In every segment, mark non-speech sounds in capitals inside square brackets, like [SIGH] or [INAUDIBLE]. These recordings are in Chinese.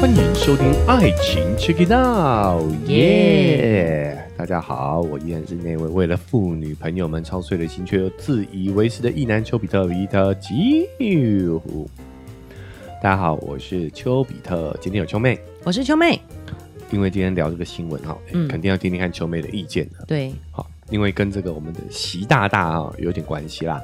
欢迎收听《爱情 Check It Out》，耶！大家好，我依然是那位为了妇女朋友们操碎了心却又自以为是的意男丘比特比特吉姆。大家好，我是丘比特，今天有丘妹，我是秋妹。因为今天聊这个新闻哈、哎嗯肯定要听听看丘妹的意见的。对，好，因为跟这个我们的习大大啊、有点关系啦。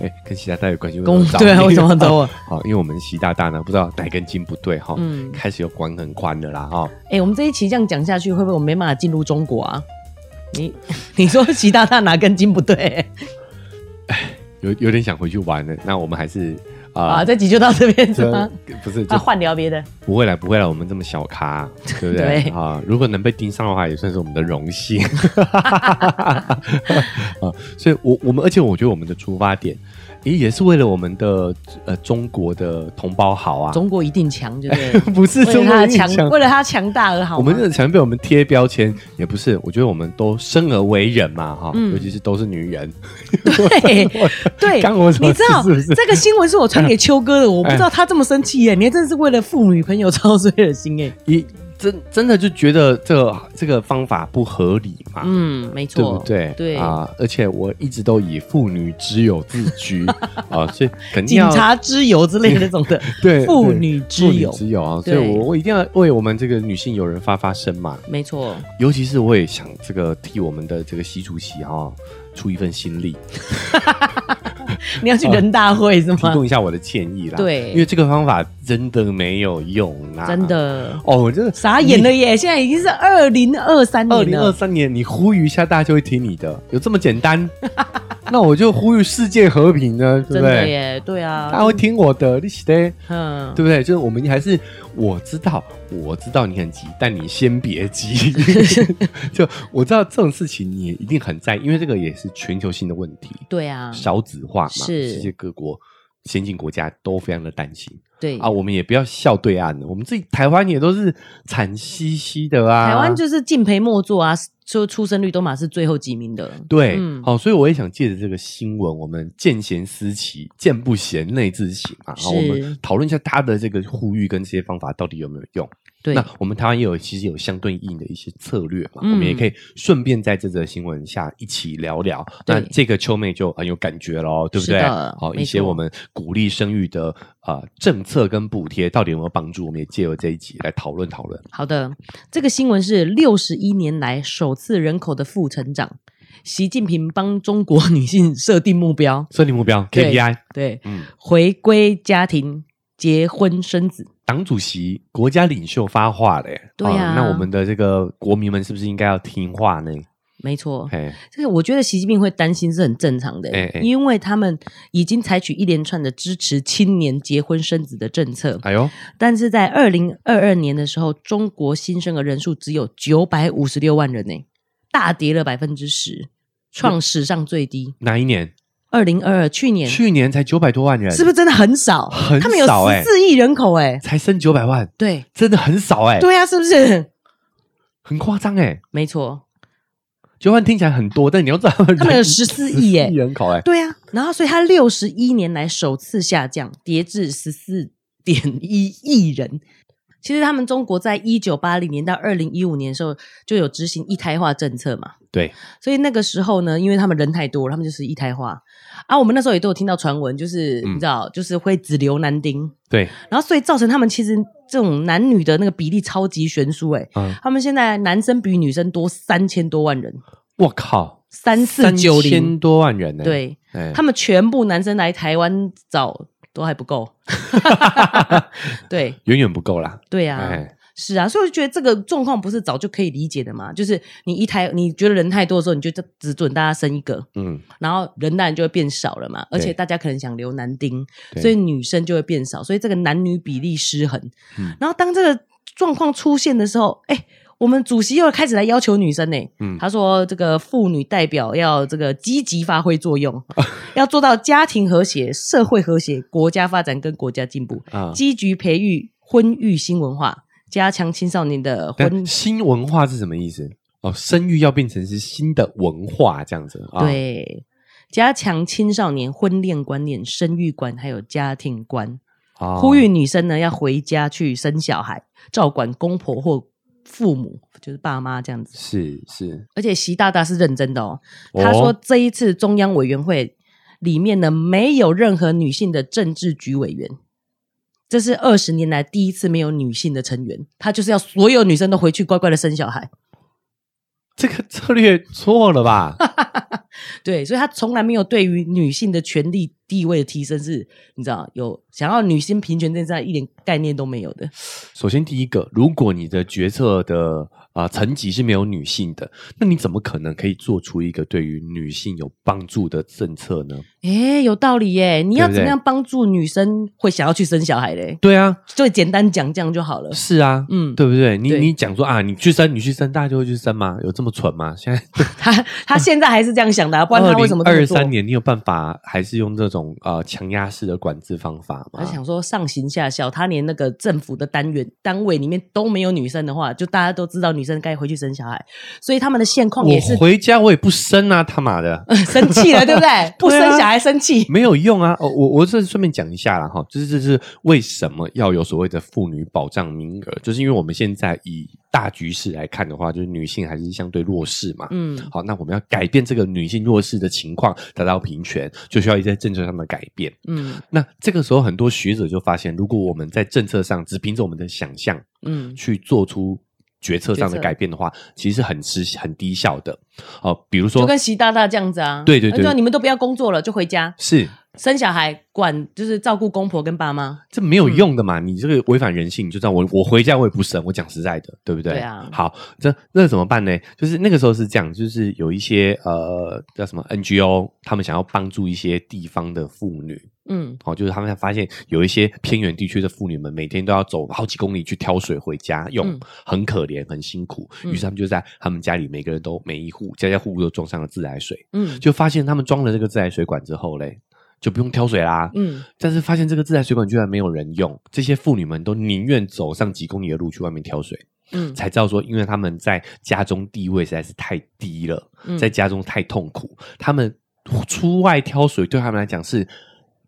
哎，跟习大大有关系？为什么公找 [LAUGHS] 对啊，你为什么要 [LAUGHS] 找我？好，因为我们习大大呢，不知道哪根筋不对哈、嗯，开始有管很宽的啦哈、哎、我们这一期这样讲下去，会不会我们没办法进入中国啊？你 [LAUGHS] 你说习大大哪根筋不对、有有点想回去玩了。那我们还是 [LAUGHS] 啊啊？，这集就到这边是吗？这不是啊，就换聊别的。不会了，不会了，我们这么小 [LAUGHS] 咖，对不对对啊？如果能被盯上的话，也算是我们的荣 [LAUGHS] 幸啊。所以我，我们而且我觉得我们的出发点，也也是为了我们的呃中国的同胞好啊，中国一定强，对不不 [LAUGHS] 是对？为中国了他人的强强，啊为了他强大而好吗。我们真的常被我们贴标签，也不是。我觉得我们都生而为人嘛，哈、嗯尤其是都是女人，对对，干 [LAUGHS] 我什么你知道事是不是哎这个新闻是我传给秋哥的，我不知道他这么生气耶！你还真是为了妇女朋友操碎了心哎。一真真的就觉得这个这个方法不合理嘛。嗯，没对不错，对？对啊，而且我一直都以妇女之友自 [LAUGHS] 居啊，所以肯定警要察之友之类的那种的对妇对女妇之女友，之友啊，所以对我我一定要为我们这个女性友人发发声嘛。没错。尤其是我也想这个替我们的这个习主席哈、出一份心 [LAUGHS] 力，你要去人大会是提吗？供一下我的建议啦。对因为这个方法真的没有用啦，真的哦，我真的傻眼了耶！现在已经是二零二三二年零二了，三年，你呼吁一下，大家就会听你的，有这么简 [LAUGHS] 单？那我就呼吁世界和平呢，对真不的对？耶，对大啊家，会听我的，你是的。嗯，对不对？就是我们还是我知道，我知道你很急，但你先别 [LAUGHS] 急。就我知道这种事情你一定很在意，因为这个也是全球性的问题，对啊，少子化嘛，是世界各国先进国家都非常的担心对啊。我们也不要笑对岸了，我们自己台湾也都是惨兮兮的啊。台湾就是敬陪末座啊，就出生率都嘛是最后几名的，对，好、嗯所以我也想借着这个新闻，我们见贤思齐，见不贤内自省嘛。好，我们是讨论一下他的这个呼吁跟这些方法到底有没有用。对，那我们台湾也有其实有相对应的一些策略嘛，嗯我们也可以顺便在这则新闻下一起聊聊。对那这个秋妹就很有感觉喽，对不对？是的好，没一些错我们鼓励生育的呃政策跟补贴到底有没有帮助，我们也借由这一集来讨论讨论。好的，这个新闻是六十一年来首次人口的负成长，习近平帮中国女性设定目标，设定目标对 KPI，对，嗯，回归家庭，结婚生子，党主席、国家领袖发话嘞，对啊那我们的这个国民们是不是应该要听话呢？没错，哎，这个我觉得习近平会担心是很正常的，哎哎因为他们已经采取一连串的支持青年结婚生子的政策，哎呦，但是在二零二二年的时候，中国新生儿人数只有九百五十六万人呢、大跌了百分之十，创史上最低。哪一年？二零二二去年去年才九百多万人，是不是真的很少？很他们有少哎十四亿人口哎、才生九百万？对真的很少哎、对啊，是不是？ [LAUGHS] 很夸张哎，没错，九万听起来很多，但你要知道他们他们有十四亿耶14人口哎、对啊，然后所以他六十一年来首次下降，跌至十四点一亿人。其实他们中国在一九八零年到二零一五年的时候就有执行一胎化政策嘛，对，所以那个时候呢，因为他们人太多了，他们就是一胎化啊。我们那时候也都有听到传闻，就是、嗯你知道，就是会只留男丁，对，然后所以造成他们其实这种男女的那个比例超级悬殊、欸，嗯，他们现在男生比女生多三千多万人，我靠，三四九零千多万人呢、对。哎，他们全部男生来台湾找都还不够。对 [LAUGHS] 远远不够啦， [LAUGHS] 对啊，哎，是啊，所以我就觉得这个状况不是早就可以理解的嘛。就是你一台你觉得人太多的时候，你就只只准大家生一个，嗯，然后人当然就会变少了嘛。对而且大家可能想留男丁，对所以女生就会变少，所以这个男女比例失衡。嗯然后当这个状况出现的时候，哎、我们主席又开始来要求女生呢、嗯他说这个妇女代表要这个积极发挥作 [LAUGHS] 用，要做到家庭和谐、社会和谐、国家发展跟国家进步，啊，积极培育婚育新文化，加强青少年的婚但。新文化是什么意思？哦，生育要变成是新的文化这样子啊，，对。加强青少年婚恋观念、生育观，还有家庭观，啊呼吁女生呢要回家去生小孩，照管公婆或父母，就是爸妈这样子。是是，而且习大大是认真的哦，哦他说这一次中央委员会里面呢，没有任何女性的政治局委员，这是二十年来第一次没有女性的成员。他就是要所有女生都回去乖乖的生小孩，这个策略错了吧？ [LAUGHS] 对，所以他从来没有对于女性的权利地位的提升是，你知道有想要女性平权这样一点概念都没有的。首先，第一个，如果你的决策的啊、层级是没有女性的，那你怎么可能可以做出一个对于女性有帮助的政策呢？诶，有道理耶！你要对不对怎么样帮助女生会想要去生小孩嘞？对啊，就简单讲这样就好了。是啊，嗯，对不对？你对你讲说啊，你去生，你去生，大家就会去生吗？有这么蠢吗？ [LAUGHS] [LAUGHS] 现在他他现在还是这样想的啊、不然他为什么这么二做三年，你有办法还是用这种呃强压式的管制方法他吗？想说上行下效，他连那个政府的单元单位里面都没有女生的话，就大家都知道女生该回去生小孩，所以他们的现况也是，我、回家我也不生啊，他妈的生气了，对不 [LAUGHS] 对？不生小孩生气，啊没有用啊！哦，我我这顺便讲一下啦，哈，就是这是为什么要有所谓的妇女保障名额，就是因为我们现在以大局势来看的话，就是女性还是相对弱势嘛。嗯，好，那我们要改变这个女性弱势的情况，达到平权，就需要一些政策上的改变。嗯那这个时候，很多学者就发现，如果我们在政策上只凭着我们的想象嗯去做出决策上决的策改变的话，其实很吃很低效的。哦、比如就说跟习大大这样子啊，对对对他说你们都不要工作了，就回家是生小孩，管就是照顾公婆跟爸妈，这没有用的嘛，你这个违反人性，你就这样。我我回家我也不省，我讲实在的，对不对？对啊好，这那怎么办呢？就是那个时候是这样，就是有一些呃叫什么 NGO，他们想要帮助一些地方的妇女，嗯哦，就是他们发现有一些偏远地区的妇女们每天都要走好几公里去挑水回家用，嗯很可怜，很辛苦。于是他们就在他们家里每个人都每一户家家户户都装上了自来水，嗯就发现他们装了这个自来水管之后嘞，就不用挑水啦。嗯，但是发现这个自来水管居然没有人用，这些妇女们都宁愿走上几公里的路去外面挑水，嗯才知道说，因为他们在家中地位实在是太低了，嗯在家中太痛苦，他们出外挑水对他们来讲是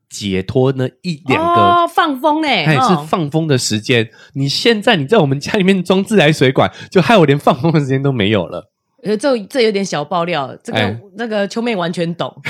解脱呢一两个。哦放风嘞，哎，哦是放风的时间。你现在你在我们家里面装自来水管，就害我连放风的时间都没有了。呃，这这有点小爆料，这个、哎那个秋妹完全懂。 [LAUGHS]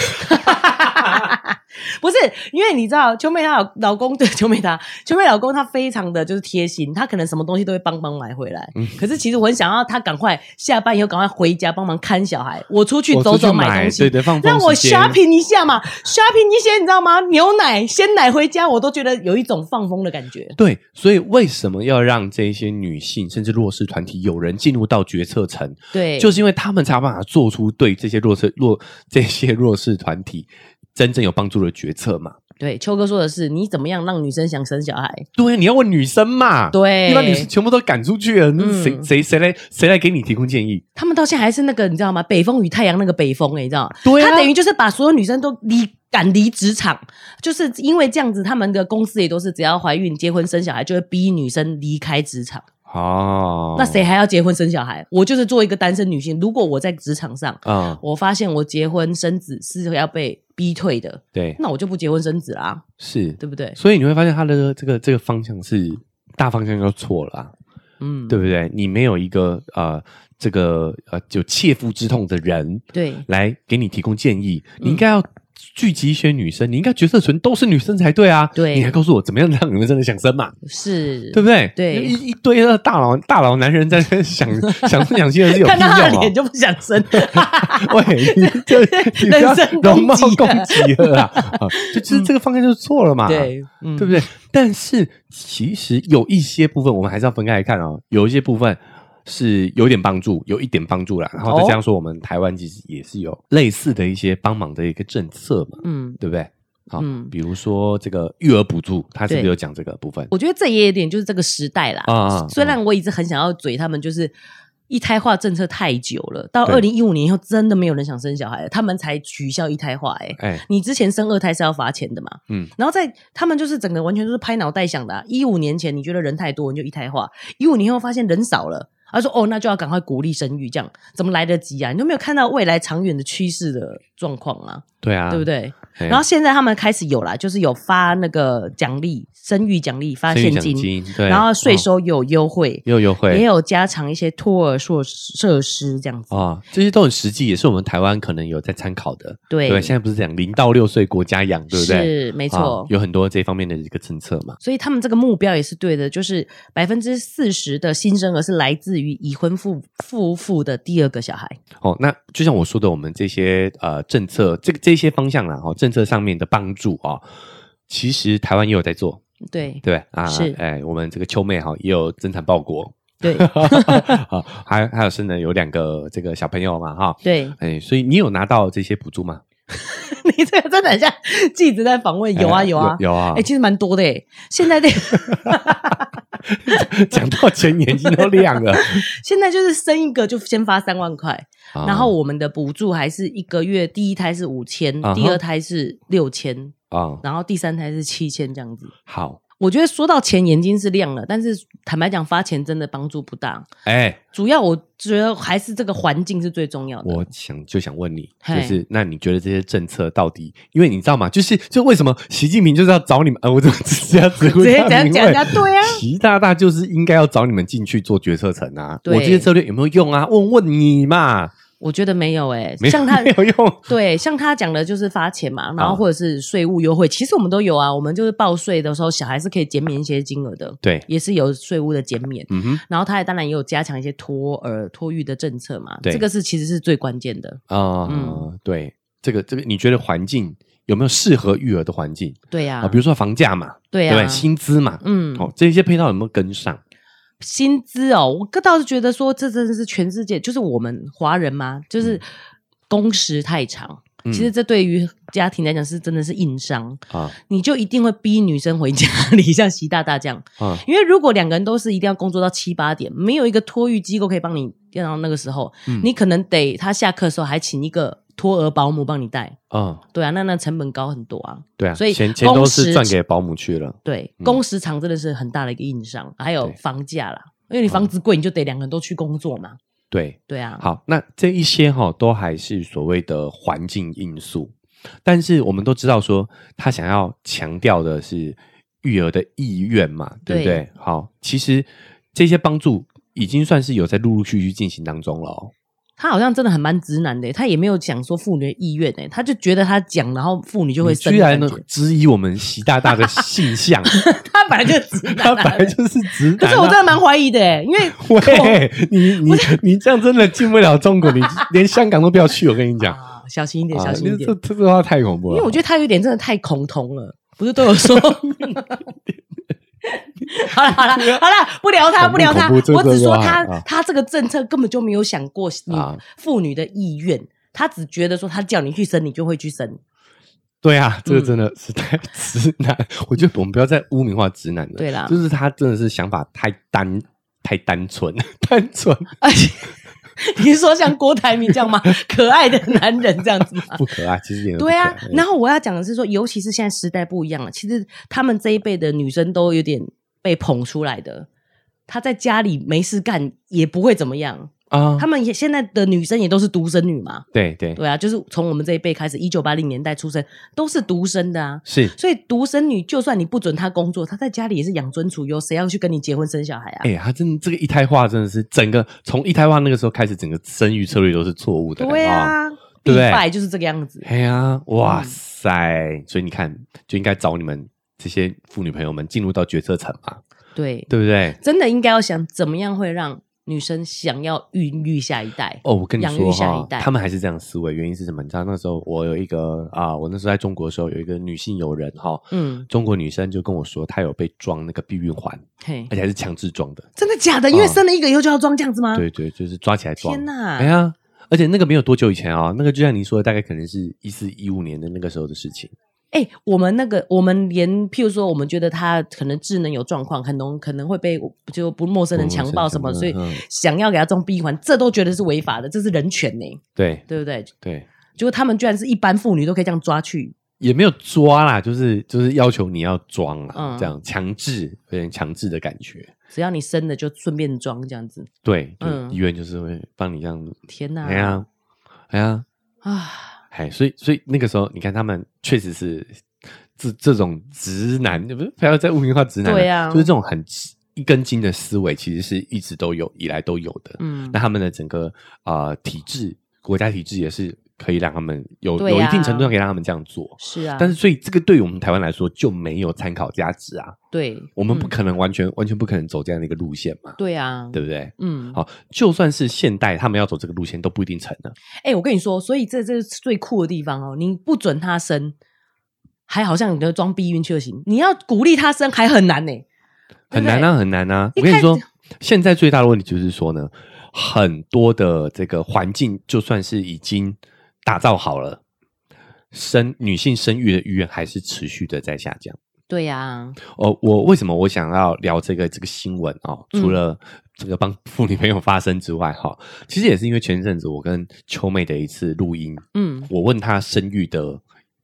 不是，因为你知道，秋妹她老老公对秋妹她，秋妹老公他非常的就是贴心，他可能什么东西都会帮忙买回嗯来。可是其实我很想要他赶快下班以后赶快回家帮忙看小孩，我出去我走出去走买东西，对对，放风让我时间 shopping 一下嘛，shopping 一些你知道吗？牛奶、鲜奶回家，我都觉得有一种放风的感觉。对，所以为什么要让这些女性甚至弱势团体有人进入到决策层，对，就是因为他们才有办法做出对这些弱势弱这些弱势团体真正有帮助的决策嘛？对秋哥说的是，你怎么样让女生想生小孩？对，啊你要问女生嘛，，对，一般女生全部都赶出去了，那谁嗯谁谁来谁来给你提供建议？他们到现在还是那个，你知道吗？北风与太阳那个北风、欸，你知道吗？对啊他等于就是把所有女生都离赶离职场，就是因为这样子，他们的公司也都是只要怀孕、结婚、生小孩，就会逼女生离开职场。哦，那谁还要结婚生小孩？我就是做一个单身女性，如果我在职场上，啊、我发现我结婚生子是要被逼退的，对，那我就不结婚生子啦，是，对不对？所以你会发现他的这个这个方向是大方向就错了、啊。嗯，对不对？你没有一个呃，这个呃，有切肤之痛的人对来给你提供建议，嗯你应该要聚集一些女生，你应该角色群都是女生才对啊。对你还告诉我怎么样让你们真的想生嘛？是，对不对？对一一堆的大佬大佬男人在那边 [LAUGHS] 想想东想西的是有屁看到他的用脸哦。就不想生。 [LAUGHS] 喂，你这你不要人身攻击啊容貌攻击了啦， [LAUGHS] 啊就就是这个方向就错了嘛。。对，嗯啊对不对？但是其实有一些部分，我们还是要分开来看哦。有一些部分是有点帮助，有一点帮助啦。然后再哦这样说，我们台湾其实也是有类似的一些帮忙的一个政策嘛，嗯，对不对？好，嗯比如说这个育儿补助，它是不是对有讲这个部分我觉得这也有点就是这个时代啦。啊啊？虽然我一直很想要嘴他们，就是一胎化政策太久了，到对二零一五年以后，真的没有人想生小孩了，他们才取消一胎化、欸。哎，你之前生二胎是要罚钱的嘛？嗯嗯，然后在他们就是整个完全都是拍脑袋想的、啊。一五年前你觉得人太多，你就一胎化；一五年后发现人少了，他说哦，那就要赶快鼓励生育，这样怎么来得及啊？你都没有看到未来长远的趋势的状况啊？对啊，对不对？嘿？然后现在他们开始有啦，就是有发那个奖励，生育奖励发生育现奖金，金，对，然后税哦收有优惠，又优惠，也有加强一些托儿所设施这样子。啊，这些都很实际，也是我们台湾可能有在参考的。对，现在不是讲零到六岁国家养，对不对？是没没错。有很多这方面的一个政策嘛。所以他们这个目标也是对的，就是百分之四十的新生儿是来自于已婚夫夫妇的第二个小孩。哦，那就像我说的，我们这些呃政策，这个这些方向啦，哦，政策上面的帮助啊、哦，其实台湾也有在做，对对不对啊，是哎，我们这个秋妹哈、也有增产报 [LAUGHS] 国， [LAUGHS] 对啊，还还有生了有两个这个小朋友嘛哈、对， [LAUGHS] 哎，所以你有拿到这些补助吗？你这个真的很像记者在访问，有啊哎有啊。有啊哎、，其实蛮多的哎。现在的哎讲到前眼睛都亮了，现在就是生一个就先发三万块， [LAUGHS] 啊然后我们的补助还是一个月，第一胎是五千、啊哈第二胎是六千，啊、哦然后第三胎是七千这样子。好，我觉得说到钱，眼睛是亮了，但是坦白讲，发钱真的帮助不大。哎、主要我觉得还是这个环境是最重要的。我想就想问你，就嘿是那你觉得这些政策到底？因为你知道吗？就是就为什么习近平就是要找你们？呃，我怎么直接要直直接接讲讲人家对 [LAUGHS] 啊，习大大就是应该要找你们进去做决策层啊！我对这些策略有没有用啊？问问你嘛，我觉得没有哎、没像他 [LAUGHS] 没有用 [LAUGHS] 对像他讲的就是发钱嘛，然啊后或者是税务优惠，其实我们都有啊，我们就是报税的时候，小孩是可以减免一些金额的，对，也是有税务的减免。嗯哼然后他也当然也有加强一些托儿托育的政策嘛，对这个是其实是最关键的。啊、嗯对，这个这个，你觉得环境有没有适合育儿的环境对呀、啊？比如说房价嘛，对对不呀、对？薪资嘛，嗯，哦，这些配套有没有跟上？薪资哦，我个倒是觉得说这真的是全世界，就是我们华人嘛，就是工时太长，嗯其实这对于家庭来讲是真的是硬伤，啊你就一定会逼女生回家里，像习大大这样，啊，因为如果两个人都是一定要工作到七八点，没有一个托育机构可以帮你干到那个时候，嗯你可能得他下课的时候还请一个托儿保姆帮你带。啊，对啊，那那成本高很多啊。对啊，所以钱钱都工是时赚给保姆去了。对，嗯工时长真的是很大的一个硬伤，啊还有对房价啦，因为你房子贵，你就得两个人都去工作嘛。对，对啊，好，那这一些哈、都还是所谓的环境因素，但是我们都知道说他想要强调的是育儿的意愿嘛，对不对？对好，其实这些帮助已经算是有在陆陆续续进行当中了、哦。他好像真的很蛮直男的，他也没有讲说妇女的意愿诶，欸他就觉得他讲，然后妇女就会你生居的然感呢觉。质疑我们习大大的性 [LAUGHS] 向，他本来就直男、他啊，本来就是直可男、是我真啊。的蛮怀疑 [LAUGHS] 的诶，因为喂，你你你这样真的进不了中国，你连香港都不要去。我跟你讲，啊，小心一点，啊小，心一这点，这这话太恐怖因了。为我觉得他有点真的太恐同了，不是都有说。 [LAUGHS] 好了好了好了，不聊他恐怖不聊他，恐怖这我只说他这个啊他这个政策根本就没有想过女啊妇女的意愿，他只觉得说他叫你去生你就会去生，对啊，这个嗯真的是太 [LAUGHS] 直男，我觉得我们不要再污名化直男了。对啦就是他真的是想法太单、太单纯、 [LAUGHS] 单纯，而且哎你是说像郭台铭这样吗？ [LAUGHS] 可爱的男人这样子吗？不可爱，其实也很不嗯对啊可爱，哎然后我要讲的是说，尤其是现在时代不一样了，其实他们这一辈的女生都有点被捧出来的，她在家里没事干也不会怎么样。啊他，们也现在的女生也都是独生女嘛，对对对啊，就是从我们这一辈开始，一九八零年代出生都是独生的啊。是，所以独生女，就算你不准她工作，她在家里也是养尊处优，谁要去跟你结婚生小孩啊？哎，他真的这个一胎化真的是整个从一胎化那个时候开始，整个生育策略都是错误的。对啊，对必不对败就是这个样子。哎呀，哇嗯塞！所以你看，就应该找你们这些妇女朋友们进入到决策层嘛，对，对不对？真的应该要想怎么样会让女生想要孕育下一代。哦，我跟你养说育下一哈，代他们还是这样思维，原因是什么？你知道那时候我有一个啊，我那时候在中国的时候有一个女性友人哈，嗯，中国女生就跟我说，她有被装那个避孕环，嘿而，且还是强制装的，哎真的假的？因为生了一个以后就要装这样子吗？嗯对对，就是抓起来装。啊天哪哎呀，而且那个没有多久以前啊、那个就像你说的，大概可能是一四一五年的那个时候的事情。哎、我们那个，我们连譬如说，我们觉得他可能智能有状况，很容可能会被就不陌生人强暴什么，不所陌以生人嗯想要给他种闭环，这都觉得是违法的，这是人权呢、对对不对？对，结果他们居然是一般妇女都可以这样抓去，也没有抓啦，就是就是要求你要装啦，嗯这样强制有点强制的感觉。只要你生了就顺便装这样子。对，就嗯医院就是会帮你这样天哪！哎呀，哎呀，啊哎，所以所以那个时候，你看他们确实是这这种直男，不是不要再污名化直男了，对啊就是这种很一根筋的思维，其实是一直都有，以来都有的。嗯那，他们的整个呃体制，国家体制也是可以让他们有、对啊有一定程度上可以让他们这样做。是啊，但是，所以这个对于我们台湾来说就没有参考价值啊！对，我们不嗯可能完全、完全不可能走这样的一个路线嘛，对啊，对不对？嗯，好，就算是现代，他们要走这个路线都不一定成了。哎、我跟你说，所以这这是最酷的地方哦，你不准他生，还好像你在装避孕确行，你要鼓励他生还很难呢、很对不对难啊，很难啊！一我跟你开说始，现在最大的问题就是说呢，很多的这个环境，就算是已经打造好了，生女性生育的意愿还是持续的在下降。对呀、哦，我为什么我想要聊这个这个新闻哦？嗯除了这个帮妇女朋友发声之外，哈、其实也是因为前阵子我跟秋妹的一次录音，嗯，我问她生育的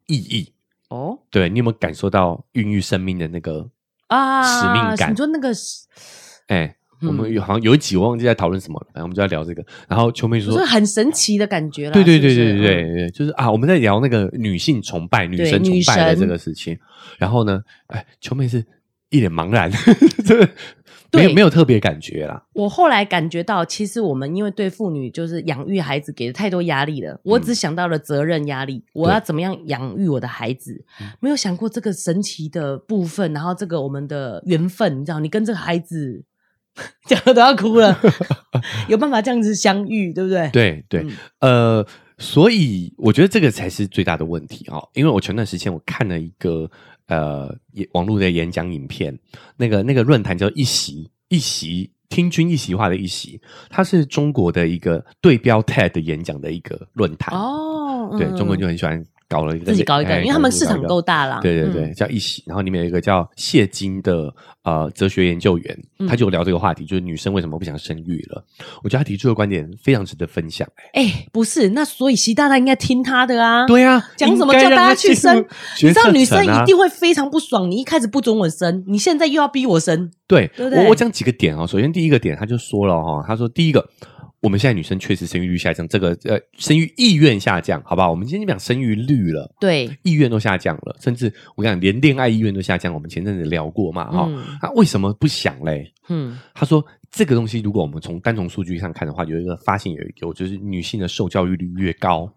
意义，哦对你有没有感受到孕育生命的那个啊，使命感你说那个，哎、嗯我们有好像有一集我忘记在讨论什么了，反正我们就在聊这个。然后秋妹就就是说，很神奇的感觉啦，对对对是对不是嗯对对，对，就是啊，我们在聊那个女性崇拜、女对神崇女拜的神这个事情。然后呢，哎，秋妹是一脸茫然， [LAUGHS] 这个没有对没有特别感觉啦。我后来感觉到，其实我们因为对妇女就是养育孩子给的太多压力了，我只嗯想到了责任压力，我要怎么样养育我的孩子嗯，没有想过这个神奇的部分，然后这个我们的缘分，你知道，你跟这个孩子讲的都要 [LAUGHS] 哭了，有办法这样子相遇，对不对？对对，嗯呃，所以我觉得这个才是最大的问题哦。因为我前段时间我看了一个呃也网络的演讲影片，那个那个论坛叫一席一席听君一席话的一席，它是中国的一个对标 TED 演讲的一个论坛。哦，嗯对，中国人就很喜欢搞了一个自己搞一个，哎因为他们市场搞一个够大啦。对对嗯对，，叫一席，然后里面有一个叫谢金的呃哲学研究员，嗯他就聊这个话题，就是女生为什么不想生育了。我觉得他提出的观点非常值得分享。哎，不是，那所以习大大应该听他的啊。对呀、啊，讲什么应该叫让大他家去进入生？ [LAUGHS] 决你知道策女生层啊一定会非常不爽，你一开始不准我生，你现在又要逼我生，对对不对我我讲几个点哦，首先第一个点，他就说了哈、哦，他说第一个，我们现在女生确实生育率下降，这个呃生育意愿下降，好不好？我们今天讲生育率了。对，意愿都下降了，甚至我跟你讲，连恋爱意愿都下降。我们前阵子聊过嘛，哈、啊嗯他、为什么不想嘞？嗯，他说这个东西，如果我们从单从数据上看的话，有一个发现有有就是女性的受教育率越高，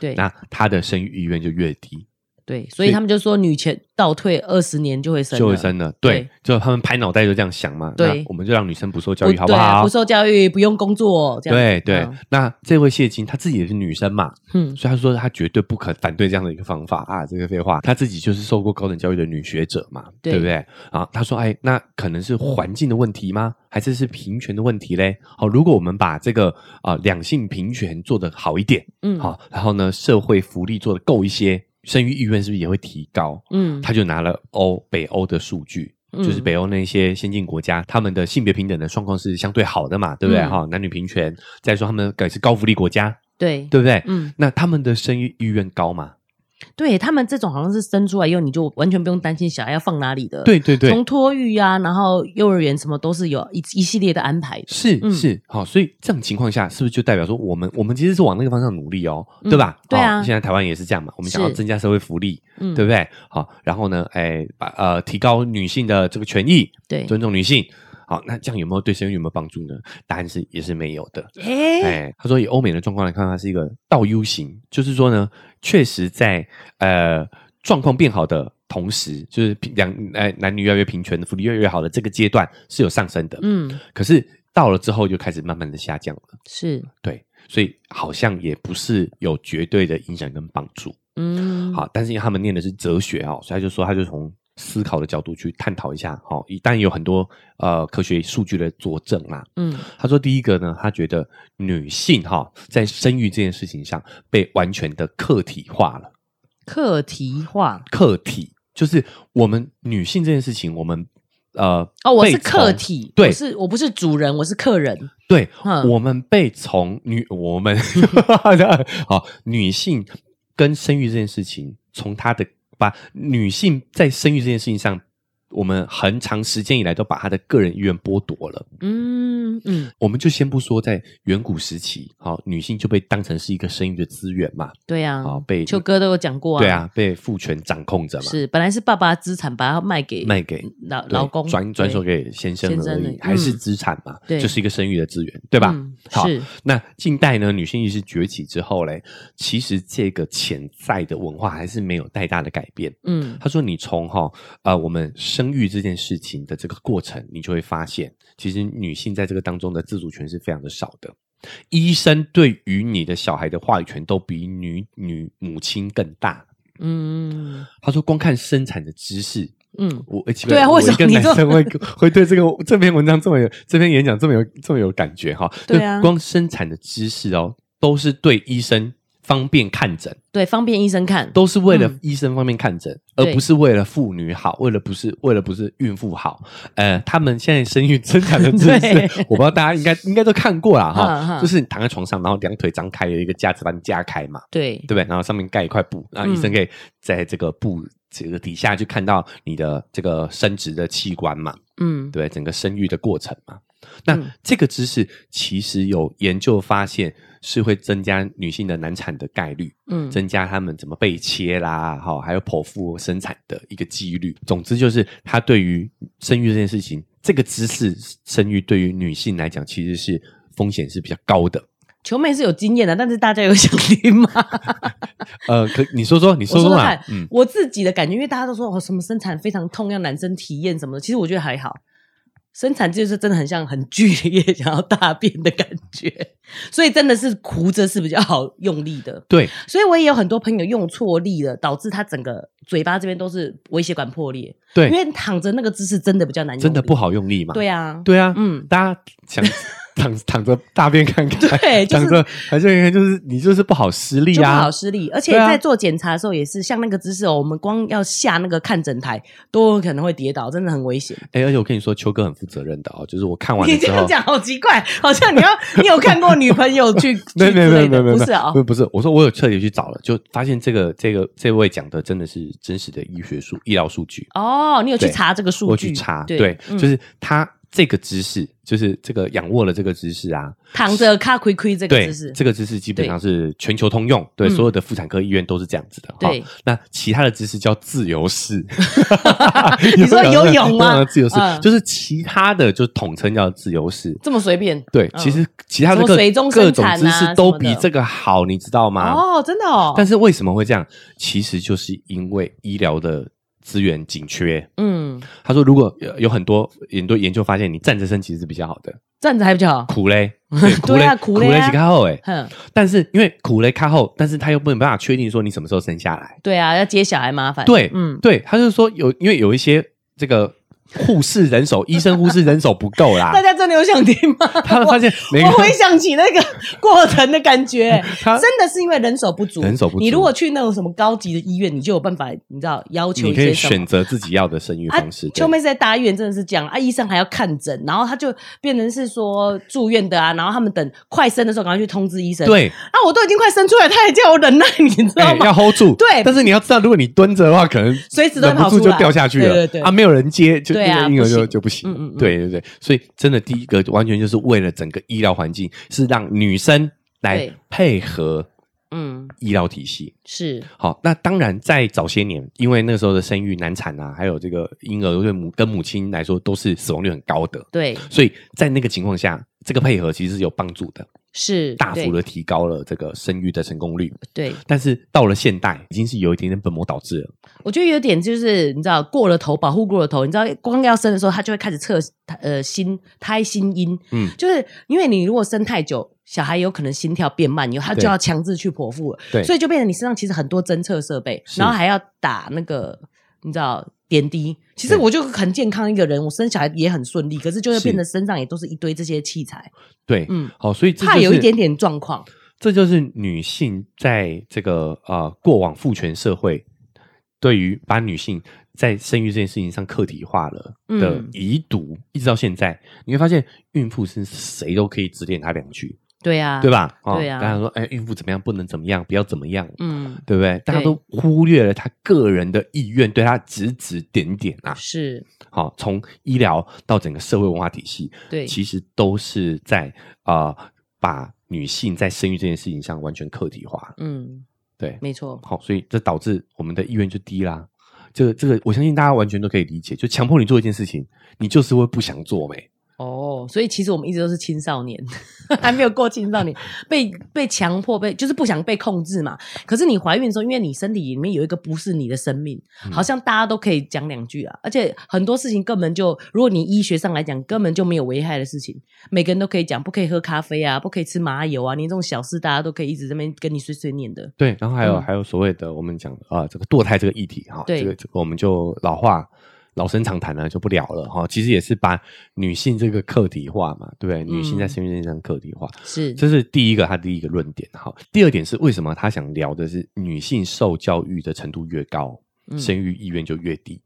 对那她的生育意愿就越低。对，所以他们就说女权倒退二十年就会生了，就会生了，对，对就他们拍脑袋就这样想嘛，对那我们就让女生不受不教育好对啊好？不受教育，不用工作，这样对对、嗯那这位谢金她自己也是女生嘛，嗯，所以她说她绝对不可反对这样的一个方法啊，这个废话，她自己就是受过高等教育的女学者嘛，对不对？啊，她说，哎，那可能是环境的问题吗？还是是平权的问题嘞？好、如果我们把这个啊、两性平权做得好一点，嗯，好、，然后呢社会福利做得够一些，生育意愿是不是也会提高？嗯，他就拿了欧北欧的数据，就是北欧那些先进国家，他们的性别平等的状况是相对好的嘛，对不对？嗯哈、男女平权，再说他们呃也是高福利国家，对，对不对？嗯，那他们的生育意愿高嘛？对他们这种好像是生出来以后你就完全不用担心小孩要放哪里的，，对对对呃从，托育啊，然后幼儿园什么都是有一一系列的安排的，是嗯是，好、所以这种情况下，是不是就代表说我们我们其实是往那个方向努力哦，嗯对吧？对啊好现在台湾也是这样嘛，我们想要是增加社会福利，嗯，对不对？好，然后呢，哎，把呃提高女性的这个权益，对，尊重女性。好，那这样有没有对生育有没有帮助呢？答案是也是没有的。哎，哎，他说以欧美的状况来看，它是一个倒 U 型，就是说呢，确实在呃状况变好的同时，就是平两呃男女越来越平权，福利越来越好的这个阶段是有上升的，嗯，可是到了之后就开始慢慢的下降了，是，对，所以好像也不是有绝对的影响跟帮助。嗯，，好，但是因为他们念的是哲学哦，所以他就说他就从思考的角度去探讨一下，好、哦，当然有很多呃科学数据的佐证啦、嗯，他说，第一个呢，他觉得女性哈、在生育这件事情上被完全的客体化了。课题化，客体就是我们女性这件事情，我们呃哦，我是被从客体，对我是我不是主人，我是客人，对，嗯我们被从女我们 [LAUGHS] 好女性跟生育这件事情，从她的把女性在生育这件事情上我们很长时间以来都把他的个人意愿剥夺了。嗯嗯，我们就先不说在远古时期，好、女性就被当成是一个生育的资源嘛，对呀、好、哦被秋哥都有讲过啊，对，啊，被父权掌控着嘛，是本来是爸爸的资产，把它卖给嗯卖给老对老公，转转手对给先生先而生而已已，还是嗯资产嘛，对就是一个生育的资源，对吧？嗯好是，那近代呢，女性意识崛起之后嘞，其实这个潜在的文化还是没有太大的改变。嗯他说：“你从哈呃，我们生育这件事情的这个过程，你就会发现，其实女性在这个当中的自主权是非常的少的。医生对于你的小孩的话语权都比女女母亲更大。嗯他说，光看生产的知识，嗯，我、欸、奇怪对啊我为什一么个你男这生会 [LAUGHS] 会对这个这篇文章这么有这篇演讲这么有这么有感觉哈？对就啊光生产的知识哦，都是对医生方便看诊。”对，方便医生看，都是为了嗯医生方面看诊，对而不是为了妇女好，为了不是为了不是孕妇好。呃，他们现在生育生产的知 [LAUGHS] 对识，我不知道大家应该应该都看过啦嗯哈，嗯就是你躺在床上，然后两腿张开，有一个架子把你架开嘛，对对不对？然后上面盖一块布，然后医生嗯可以在这个布这个底下去看到你的这个生殖的器官嘛，嗯对不对，整个生育的过程嘛。那嗯这个知识其实有研究发现是会增加女性的难产的概率。嗯增加他们怎么被切啦，哈，还有剖腹生产的一个几率。总之就是，他对于生育这件事情，这个知识生育对于女性来讲，其实是风险是比较高的。球妹是有经验的，但是大家有想听 [LAUGHS] 吗？呃，可你说说，你说我说说嘛看，嗯，我自己的感觉，因为大家都说哦，什么生产非常痛，要男生体验什么的，其实我觉得还好。生产就是真的很像很剧烈 [LAUGHS] 想要大便的感觉，所以真的是哭着是比较好用力的。对，所以我也有很多朋友用错力了，导致他整个嘴巴这边都是微血管破裂。对因为躺着那个姿势真的比较难用力，真的不好用力嘛？对啊，对啊，嗯，大家想 [LAUGHS] 躺躺着大便看看， [LAUGHS] 对就是躺着还是看看，就是你就是不好施力就不啊好，施力，而且对啊在做检查的时候也是，像那个姿势哦，我们光要下那个看诊台都有可能会跌倒，真的很危险。哎、而且我跟你说，秋哥很负责任的哦，就是我看完了你这之样后，讲好奇怪，好像你要你有看过女朋友去去 [LAUGHS] 没有没有之没类有没的有没有，不是啊、不哦，是不是，我说我有彻底去找了，就发现这个这个这位讲的真的是真实的医学数医疗数据，哦，你有去对查这个数据？我去查，对，嗯就是他这个姿势，就是这个仰卧的这个姿势啊，躺着卡亏亏这个对姿势，，这个姿势基本上是全球通用，对嗯所有的妇产科医院都是这样子的。对好，那其他的姿势叫自由 [LAUGHS] 式，你说游泳 [LAUGHS] 吗自由式嗯就是其他的就统称叫自由式。这么随便。对，嗯其实其他的什么各水中各生种产啊姿势都什比么的这个好，你知道吗？哦，真的哦，但是为什么会这样？其实就是因为医疗的资源紧缺。嗯，他说，如果有有很多很多研究发现，你站着生其实是比较好的，站着还比较好。苦 [LAUGHS] 嘞，对苦对嘞啊，苦嘞啊是靠后哎。哼，但是因为苦嘞靠后，但是他又没有办法确定说你什么时候生下来。对啊，要接小孩麻烦。对，嗯，对，他就说有，因为有一些这个护士人手、医生护士人手不够啦 [LAUGHS] 大。家真的有想听吗？啊 [LAUGHS] 他发现每个我回想 [LAUGHS] 起那个过程的感觉，嗯他真的是因为人手不足。人手不足你如果去那种什么高级的医院，你就有办法，你知道要求你一可些以什么选。择自己要的生育啊方式。，对秋妹是在大医院真的是这样啊，医生还要看诊，然后他就变成是说住院的啊，然后他们等快生的时候赶快去通知医生。，对，啊，我都已经快生出来，他还叫我忍耐，你知道哎，吗？要 hold 住。对但是你要知道，如果你蹲着的话，可能随时都忍不会跑住出就来掉下去了。对对对啊，没有人接，就对那啊个婴儿不就行就不行了。嗯嗯嗯对对对，所以真的第一个完全就是为了整个医疗环境，是让女生来对配合嗯，医疗体系。是，好，那当然，在早些年，因为那个时候的生育难产啊，还有这个婴儿对母跟母亲来说都是死亡率很高的，对，所以在那个情况下，这个配合其实是有帮助的，是大幅的提高了这个生育的成功率。对。对但是到了现代，已经是有一点点本末倒置了。我觉得有点就是你知道过了头，保护过了头。你知道光要生的时候，他就会开始测呃心胎心音，嗯嗯，就是因为你如果生太久，小孩有可能心跳变慢，以后他对就要强制去剖腹了，对所以就变成你身上其实很多侦测设备，是然后还要打那个你知道点滴。其实对我就很健康一个人，我生小孩也很顺利，可是就会是变得身上也都是一堆这些器材，对，嗯，好，所以这怕就是有一点点状况，这就是女性在这个呃过往父权社会对于把女性在生育这件事情上客体化了的嗯遗毒，一直到现在，你会发现孕妇是谁都可以指点她两句，对啊，对？吧？哦对啊大家说，哎，孕妇怎么样，不能怎么样，不要怎么样，嗯，对不对？大家都忽略了他个人的意愿，对他指指点点啊。是，好、从医疗到整个社会文化体系，对，其实都是在啊、呃把女性在生育这件事情上完全客体化。嗯，对，没错，好、所以这导致我们的意愿就低啦。这个这个，我相信大家完全都可以理解。就强迫你做一件事情，你就是会不想做没？哦，所以其实我们一直都是青少年，还没有过青少年，被被强迫被就是不想被控制嘛。可是你怀孕的时候，因为你身体里面有一个不是你的生命，好嗯像大家都可以讲两句啊。而且很多事情根本就，如果你医学上来讲，根本就没有危害的事情，每个人都可以讲，不可以喝咖啡啊，不可以吃麻油啊，你这种小事大家都可以一直这边跟你碎碎念的。对，然后还有、嗯还有所谓的我们讲啊、这个堕胎这个议题哈、对这个这个我们就老话老生常谈了，就不聊了哈、其实也是把女性这个客体化嘛，对不对？女性在嗯生育这件事上客体化，是，这是第一个他第一个论点哈。第二点是为什么他想聊的是女性受教育的程度越高，嗯生育意愿就越低，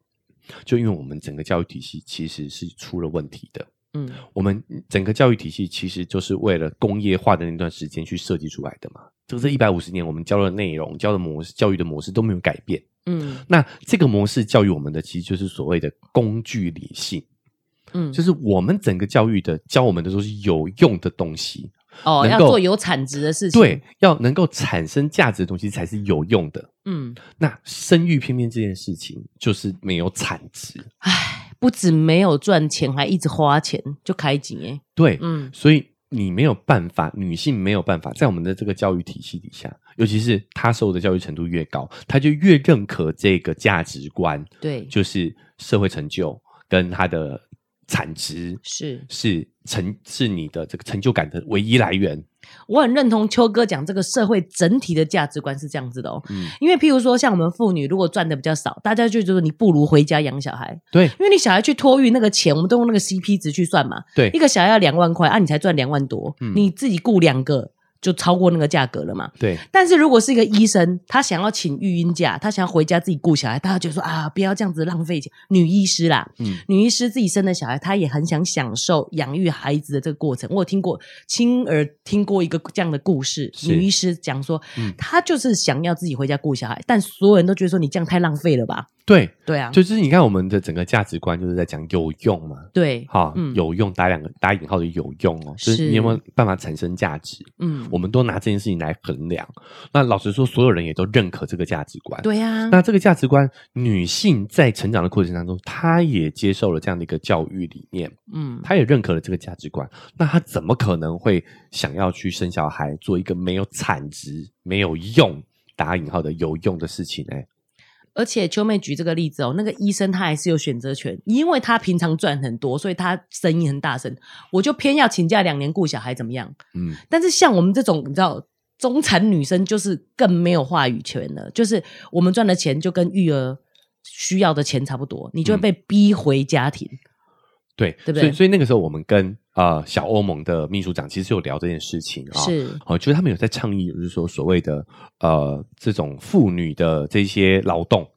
就因为我们整个教育体系其实是出了问题的。嗯，我们整个教育体系其实就是为了工业化的那段时间去设计出来的嘛。这这一百五十年，我们教的内容、教的模式、教育的模式都没有改变。嗯那这个模式教育我们的，其实就是所谓的工具理性，嗯，就是我们整个教育的教我们的都是有用的东西，哦，能要够做有产值的事情。对，，要能够产生价值的东西才是有用的。嗯，那生育偏偏这件事情就是没有产值，唉，不止没有赚钱，还一直花钱，就开紧哎。对，嗯所以你没有办法，女性没有办法在我们的这个教育体系底下，尤其是她受的教育程度越高，她就越认可这个价值观，，对，就是社会成就跟她的产值是是成是你的这个成就感的唯一来源。我很认同秋哥讲这个社会整体的价值观是这样子的哦。嗯，因为譬如说，像我们妇女如果赚的比较少，大家就觉得你不如回家养小孩，对因为你小孩去托育那个钱，我们都用那个 CP 值去算嘛，对一个小孩要两万块啊，你才赚两万多，嗯你自己雇两个就超过那个价格了嘛。对但是如果是一个医生，他想要请育婴假，他想要回家自己顾小孩，大家就说啊，不要这样子浪费钱。女医师啦，嗯女医师自己生的小孩，她也很想享受养育孩子的这个过程。我有听过亲耳听过一个这样的故事，是女医师讲说，嗯她就是想要自己回家顾小孩，但所有人都觉得说你这样太浪费了吧？对，对啊，就是你看我们的整个价值观就是在讲有用嘛。对，哈，嗯有用打两个打引号的有用哦，就是是你有没有办法产生价值？嗯，我们都拿这件事情来衡量。那老实说，所有人也都认可这个价值观。，对啊，那这个价值观，女性在成长的过程当中，她也接受了这样的一个教育理念，嗯，她也认可了这个价值观。那她怎么可能会想要去生小孩，做一个没有产值、没有用（打引号的有用）的事情呢？而且秋妹举这个例子哦，那个医生他还是有选择权，因为他平常赚很多，所以他声音很大声，我就偏要请假两年顾小孩，怎么样？嗯，但是像我们这种，你知道。中产女生就是更没有话语权了，就是我们赚的钱就跟育儿需要的钱差不多，你就嗯会被逼回家庭。对，对不对所以，所以那个时候我们跟呃小欧盟的秘书长其实有聊这件事情啊、是，哦，就是他们有在倡议，就是说所谓的呃这种妇女的这些劳动，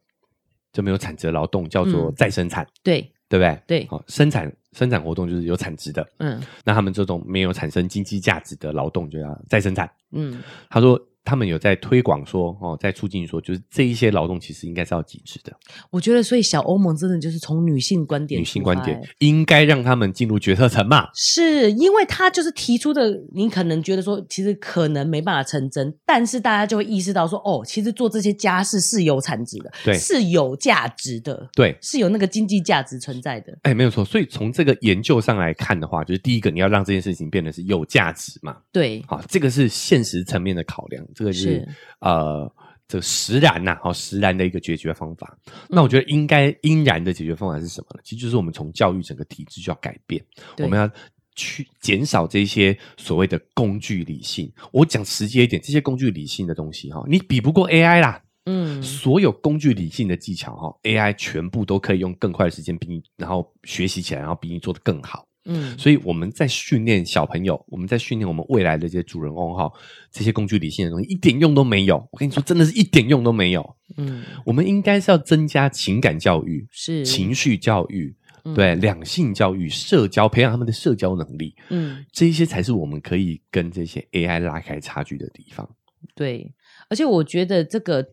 就没有产值的劳动叫做嗯再生产，对对不对？对，好、生产生产活动就是有产值的，嗯那他们这种没有产生经济价值的劳动就要再生产。嗯，他说他们有在推广说，哦，在促进说，就是这一些劳动其实应该是要极致的，我觉得所以小欧盟真的就是从女性观点女出发，性观点哎应该让他们进入决策层嘛。是因为他就是提出的，你可能觉得说，其实可能没办法成真，但是大家就会意识到说，哦，其实做这些家事是有产值的，对是有价值的，对，是有那个经济价值存在的。哎，没有错。所以从这个研究上来看的话，就是第一个，你要让这件事情变得是有价值嘛。对，好，这个是现实层面的考量，这个就是是呃，这个实然呐、好实然的一个解决方法。那我觉得嗯应该应然的解决方法是什么呢？其实就是我们从教育整个体制就要改变，对我们要。去减少这些所谓的工具理性，我讲直接一点，这些工具理性的东西哈，你比不过 AI 啦。嗯，所有工具理性的技巧哈，AI 全部都可以用更快的时间比你，然后学习起来，然后比你做得更好。嗯，所以我们在训练小朋友，我们在训练我们未来的这些主人翁哈，这些工具理性的东西一点用都没有。我跟你说，真的是一点用都没有。嗯，我们应该是要增加情感教育、是情绪教育、嗯对两性教育、社交，培养他们的社交能力，嗯，这一些才是我们可以跟这些 AI 拉开差距的地方。对，而且我觉得这个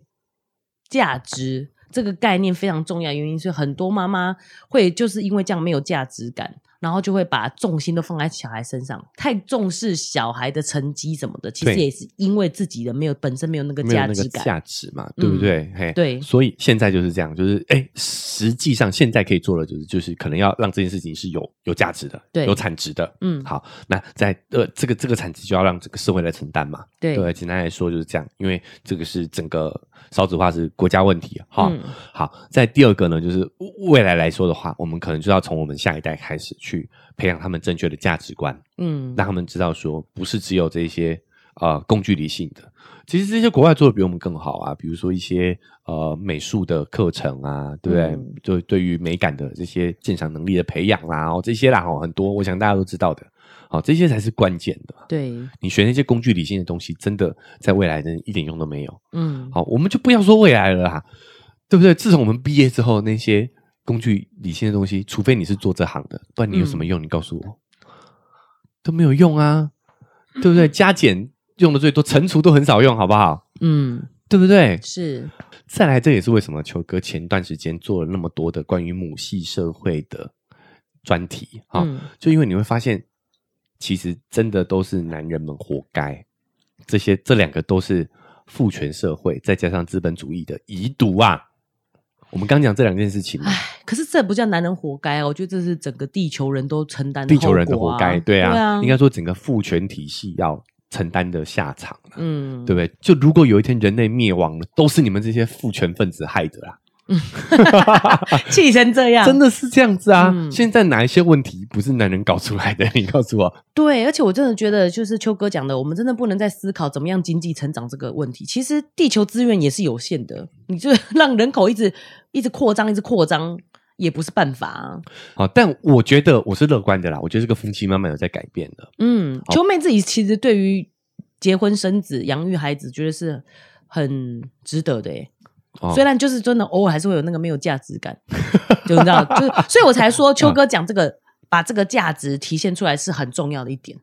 价值这个概念非常重要，原因是很多妈妈会就是因为这样没有价值感，然后就会把重心都放在小孩身上，太重视小孩的成绩什么的，其实对也是因为自己的没有本身没有那个没有价那个值感，价值嘛，嗯对不对？嘿，对所以现在就是这样，就是哎，实际上现在可以做的就是，就是可能要让这件事情是有有价值的，对有产值的。嗯，好，那在呃这个这个产值就要让这个社会来承担嘛。对，对，简单来说就是这样，因为这个是整个少子化是国家问题哈。嗯好，在第二个呢，就是未来来说的话，我们可能就要从我们下一代开始去培养他们正确的价值观，嗯，让他们知道说，不是只有这些呃工具理性的，其实这些国外做的比我们更好啊，比如说一些呃美术的课程啊，对不对？嗯就对于美感的这些鉴赏能力的培养啦、哦这些啦，哦，很多我想大家都知道的，好、这些才是关键的。对，你学那些工具理性的东西，真的在未来真的一点用都没有。嗯，好，我们就不要说未来了啦，对不对？自从我们毕业之后，那些工具理性的东西，除非你是做这行的，不然你有什么用？你告诉我，都没有用啊，对不对？加减用的最多，乘除都很少用，好不好？嗯，对不对？是，再来，这也是为什么球哥前段时间做了那么多的关于母系社会的专题啊，嗯，就因为你会发现，其实真的都是男人们活该。这些这两个都是父权社会，再加上资本主义的遗毒啊。我们刚讲这两件事情嘛，可是这不叫男人活该啊，我觉得这是整个地球人都承担的地球人的后果活该，对啊，对啊，应该说整个父权体系要承担的下场啊、嗯，对不对？就如果有一天人类灭亡了，都是你们这些父权分子害的啦。 [LAUGHS] 气成这样，真的是这样子啊！嗯现在哪一些问题不是男人搞出来的？ [LAUGHS] 你告诉我，对，而且我真的觉得，就是秋哥讲的，我们真的不能再思考怎么样经济成长这个问题。其实地球资源也是有限的，你就 [LAUGHS] 让人口一直一直扩张，一直扩张也不是办法、啊。好，但我觉得我是乐观的啦。我觉得这个风气慢慢有在改变的。嗯，秋妹自己其实对于结婚生子、养育孩子，觉得是很值得的耶。哦虽然就是真的偶尔还是会有那个没有价值感，就你知道， [LAUGHS] 就是所以我才说嗯秋哥讲这个，把这个价值体现出来是很重要的一点。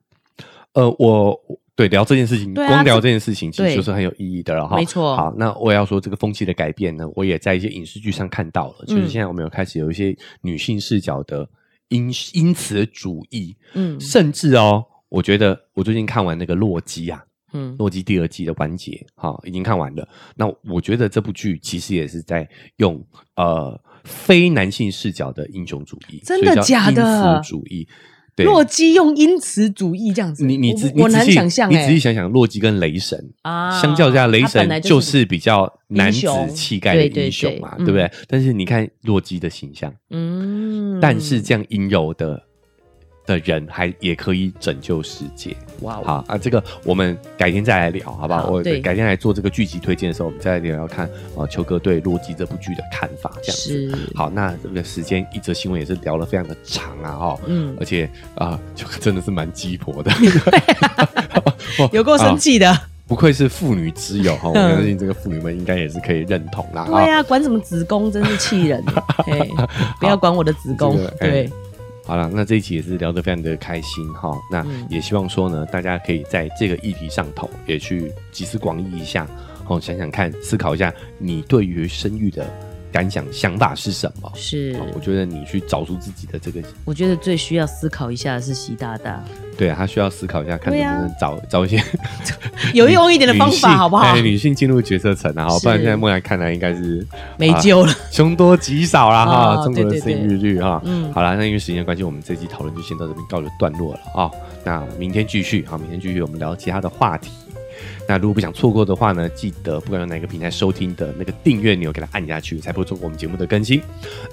呃，我对聊这件事情，对啊光聊这这件事情，其实对就是很有意义的了哈。没错好，那我要说这个风气的改变呢，我也在一些影视剧上看到了，就是嗯现在我们有开始有一些女性视角的因因此主义，嗯甚至哦，我觉得我最近看完那个《洛基》啊，嗯《洛基》第二季的完结，哈、已经看完了。那我觉得这部剧其实也是在用呃非男性视角的英雄主义，真的所以叫假的英雄主义，对。洛基用因此主义这样子，你你我仔我你仔难细想象、你欸，仔细想想，洛基跟雷神啊相较之下，雷他本神来就是是比较男子气概的英雄对对嗯英雄嘛，对对不对？但是你看洛基的形象，嗯但是这样阴柔的的人，还也可以拯救世界。哇哦，好啊，这个我们改天再来聊，好不好？好我对改天来做这个剧集推荐的时候，我们再来聊聊看啊，秋哥对《洛基》这部剧的看法，这样子。是好，那这个时间一则新闻也是聊了非常的长啊，哦，嗯而且啊、秋哥真的是蛮鸡婆的，哦有够生、啊气的，不愧是妇女之 [LAUGHS] 友哈，我嗯相信这个妇女们应该也是可以认同啦。对啊呀、管什么子宫真是气 [LAUGHS] 人，嘿不要管我的子宫这个，哎对，好了，那这一期也是聊得非常的开心哈。那嗯也希望说呢，大家可以在这个议题上头也去集思广益一下，哦，想想看，思考一下你对于生育的感想、想法是什么。是哦，我觉得你去找出自己的这个，我觉得最需要思考一下的是习大大，对啊他需要思考一下，看对能啊不能找、找一些有用一点的方女性法好不好哎？女性进入决策层啊，是不然现在目前看来应该是啊没救了， [LAUGHS] 凶多吉少啦哈，哦中国的对生对对育率哈。嗯，好啦，那因为时间的关系，我们这期讨论就先到这边告一个段落了啊、那明天继续，好，明天继续我们聊其他的话题。那如果不想错过的话呢，记得不管用哪个平台收听的那个订阅钮给它按下去，才不会错过我们节目的更新。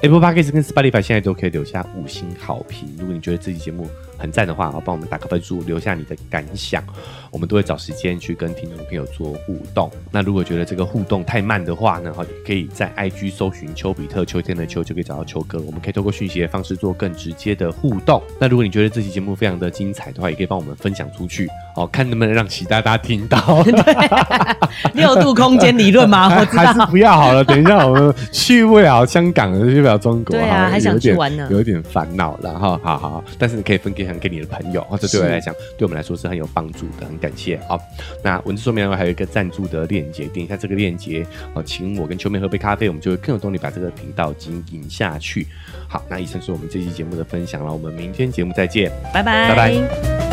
Apple Podcast 跟 Spotify 现在都可以留下五星好评。如果你觉得这期节目很赞的话，啊，帮我们打个分数，留下你的感想，我们都会找时间去跟听众朋友做互动。那如果觉得这个互动太慢的话呢，哈，也可以在 IG 搜寻丘比特秋天的秋，就可以找到秋哥。我们可以透过讯息的方式做更直接的互动。那如果你觉得这期节目非常的精彩的话，也可以帮我们分享出去，哦，看能不能让习大大听到。六度空间理论吗？我知还是道，不要好了，等一下我们去不了香港，去不了中国，对啊好像还想去玩呢有一点有一点烦恼了哈。好好，但是你可以分享给你的朋友，这对我是来讲，对我们来说是很有帮助的，很感谢。好，那文字说明栏位还有一个赞助的链接，点一下这个链接哦，请我跟秋妹喝杯咖啡，我们就会更有动力把这个频道经营下去。好，那以上是我们这期节目的分享了，我们明天节目再见。拜拜拜拜